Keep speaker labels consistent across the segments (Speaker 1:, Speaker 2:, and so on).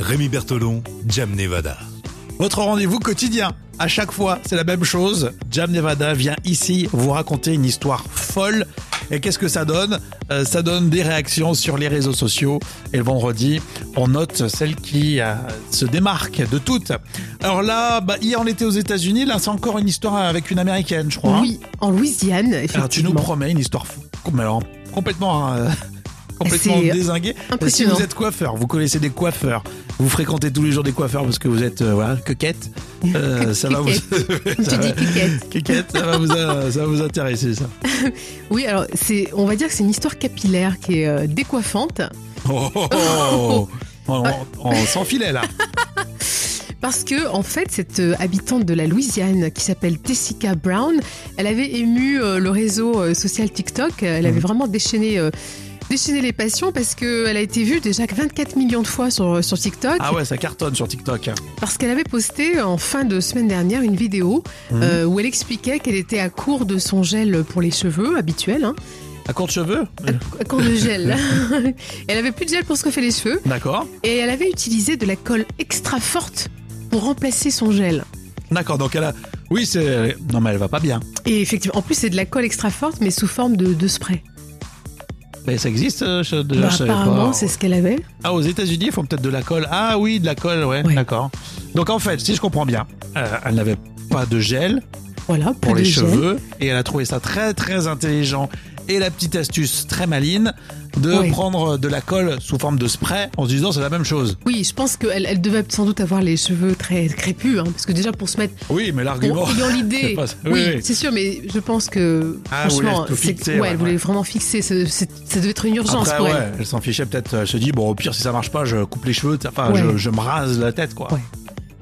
Speaker 1: Rémi Bertolon, Jam Nevada.
Speaker 2: Votre rendez-vous quotidien. À chaque fois, c'est la même chose. Jam Nevada vient ici vous raconter une histoire folle. Et qu'est-ce que ça donne Euh, Ça donne des réactions sur les réseaux sociaux. Et le vendredi, on note celle qui euh, se démarque de toutes. Alors là, bah, hier on était aux États-Unis. Là, c'est encore une histoire avec une américaine, je crois. hein.
Speaker 3: Oui, en Louisiane, effectivement.
Speaker 2: Alors tu nous promets une histoire fou, mais alors, complètement, euh, complètement
Speaker 3: C'est
Speaker 2: dézinguée. Si
Speaker 3: impressionnant.
Speaker 2: vous êtes coiffeur, vous connaissez des coiffeurs, vous fréquentez tous les jours des coiffeurs parce que vous êtes euh, voilà, coquette, euh, ça va vous,
Speaker 3: Je
Speaker 2: ça
Speaker 3: dis
Speaker 2: va-
Speaker 3: cliquette.
Speaker 2: coquette, ça va vous, euh, ça va vous intéresser ça.
Speaker 3: Oui, alors c'est, on va dire que c'est une histoire capillaire qui est euh, décoiffante
Speaker 2: Oh, oh, oh. On,
Speaker 3: Ouais.
Speaker 2: on s'enfilait là.
Speaker 3: parce que en fait cette euh, habitante de la Louisiane qui s'appelle Tessica Brown, elle avait ému euh, le réseau euh, social TikTok, elle avait
Speaker 2: Mhm.
Speaker 3: vraiment déchaîné. euh, déchaîné les passions parce qu'elle a été vue déjà 24 millions de fois sur, sur TikTok
Speaker 2: Ah ouais, ça cartonne sur TikTok.
Speaker 3: parce qu'elle avait posté euh, en fin de semaine dernière une vidéo
Speaker 2: Mhm.
Speaker 3: euh, où elle expliquait qu'elle était à court de son gel pour les cheveux habituel, hein,
Speaker 2: À court de cheveux
Speaker 3: à court de gel. elle avait plus de gel pour se coiffer les cheveux
Speaker 2: D'accord.
Speaker 3: et elle avait utilisé de la colle extra forte pour remplacer son gel.
Speaker 2: D'accord, donc elle a. Oui, c'est. Non, mais elle va pas bien.
Speaker 3: Et effectivement, en plus c'est de la colle extra forte mais sous forme de, de spray.
Speaker 2: Mais ça existe euh, je- déjà,
Speaker 3: Bah,
Speaker 2: je savais pas.
Speaker 3: apparemment c'est ce qu'elle avait.
Speaker 2: Ah, aux États-Unis, ils font peut-être de la colle. Ah oui, de la colle, ouais,
Speaker 3: Ouais.
Speaker 2: d'accord. Donc en fait, si je comprends bien, euh, elle n'avait pas de gel
Speaker 3: Voilà,
Speaker 2: pour
Speaker 3: peu
Speaker 2: les
Speaker 3: de gel.
Speaker 2: cheveux et elle a trouvé ça très très intelligent. Et la petite astuce très maline de
Speaker 3: Ouais.
Speaker 2: prendre de la colle sous forme de spray en se disant c'est la même chose.
Speaker 3: Oui, je pense qu'elle elle devait sans doute avoir les cheveux très crépus, hein, parce que déjà pour se mettre,
Speaker 2: Oui, mais l'argument.
Speaker 3: pour, ayant
Speaker 2: c'est
Speaker 3: l'idée,
Speaker 2: pas ça.
Speaker 3: oui,
Speaker 2: Oui, oui.
Speaker 3: c'est sûr, mais je pense que
Speaker 2: Ah, elle voulait
Speaker 3: franchement,
Speaker 2: tout
Speaker 3: c'est-
Speaker 2: fixer,
Speaker 3: ouais,
Speaker 2: ouais,
Speaker 3: elle voulait
Speaker 2: ouais.
Speaker 3: vraiment fixer, ce- c'est- ça devait être une urgence
Speaker 2: Après,
Speaker 3: pour
Speaker 2: ouais,
Speaker 3: elle.
Speaker 2: elle s'en fichait peut-être. Elle se dit bon, au pire si ça marche pas, je coupe les cheveux. Enfin,
Speaker 3: Ouais.
Speaker 2: je, je me rase la tête quoi.
Speaker 3: Ouais.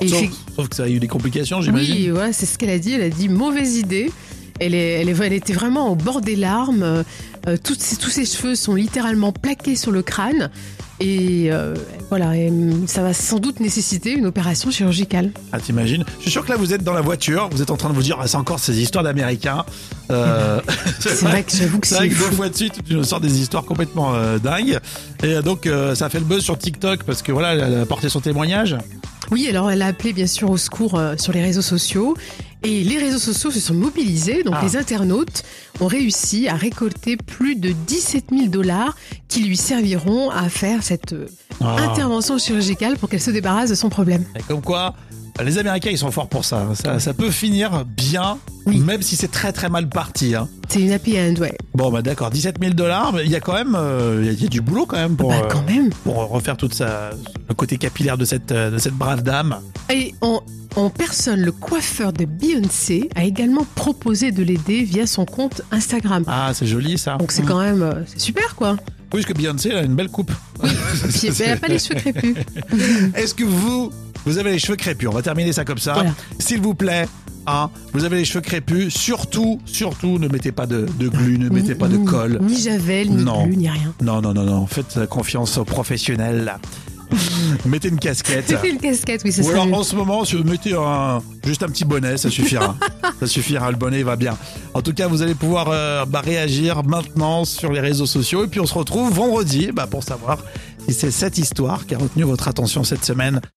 Speaker 3: Et
Speaker 2: Sauf,
Speaker 3: c'est-
Speaker 2: sauf que ça a eu des complications,
Speaker 3: Oui,
Speaker 2: j'imagine.
Speaker 3: voilà, c'est ce qu'elle a dit. Elle a dit mauvaise idée. Elle, est- elle, est- elle était vraiment au bord des larmes. Euh, euh, toutes ses- tous ses cheveux sont littéralement plaqués sur le crâne. Et euh, voilà, et, hum, ça va sans doute nécessiter une opération chirurgicale.
Speaker 2: Ah, t'imagines Je suis sûr que là, vous êtes dans la voiture, vous êtes en train de vous dire, ah, c'est encore ces histoires d'Américains. Euh,
Speaker 3: C'est vrai que j'avoue que
Speaker 2: C'est vrai
Speaker 3: c'est
Speaker 2: que deux
Speaker 3: fou.
Speaker 2: fois de suite, tu nous sors des histoires complètement euh, dingues. Et euh, donc, euh, ça a fait le buzz sur TikTok parce que voilà, elle a porté son témoignage.
Speaker 3: Oui, alors elle a appelé bien sûr au secours euh, sur les réseaux sociaux. Et les réseaux sociaux se sont mobilisés. Donc
Speaker 2: Ah.
Speaker 3: les internautes ont réussi à récolter plus de 17 000 dollars qui lui serviront à faire cette euh,
Speaker 2: Ah.
Speaker 3: intervention chirurgicale pour qu'elle se débarrasse de son problème.
Speaker 2: Et comme quoi, euh, les Américains, ils sont forts pour ça. hein. Ça, ça peut finir bien,
Speaker 3: Oui.
Speaker 2: même si c'est très très mal parti. hein.
Speaker 3: C'est une happy end, ouais.
Speaker 2: Bon, bah d'accord, 17 000 dollars, mais il y a quand même, euh, il y, a- il y a du boulot quand même pour,
Speaker 3: Bah,
Speaker 2: euh,
Speaker 3: quand même.
Speaker 2: pour refaire tout sa, le côté capillaire de cette, euh, de cette brave dame.
Speaker 3: Et en, en personne, le coiffeur de Beyoncé a également proposé de l'aider via son compte Instagram.
Speaker 2: Ah, c'est joli ça.
Speaker 3: Donc c'est quand même euh, c'est super quoi.
Speaker 2: Oui, parce que Beyoncé, elle a une belle coupe.
Speaker 3: Puis elle a pas les cheveux crépus.
Speaker 2: Est-ce que vous, vous avez les cheveux crépus On va terminer ça comme ça.
Speaker 3: Voilà.
Speaker 2: S'il vous plaît, hein, vous avez les cheveux crépus. Surtout, surtout, ne mettez pas de, de glu, ne mettez pas de
Speaker 3: Ni-
Speaker 2: colle.
Speaker 3: Ni javel, ni
Speaker 2: Non.
Speaker 3: glu, ni rien.
Speaker 2: Non, non, non, non. Faites confiance aux professionnels. mettez une casquette.
Speaker 3: C'était une casquette, oui, ça
Speaker 2: Ou
Speaker 3: serait
Speaker 2: alors
Speaker 3: mieux.
Speaker 2: en ce moment, si vous mettez un, juste un petit bonnet, ça suffira. ça suffira, le bonnet va bien. En tout cas, vous allez pouvoir euh, bah, réagir maintenant sur les réseaux sociaux. Et puis on se retrouve vendredi bah, pour savoir si c'est cette histoire qui a retenu votre attention cette semaine.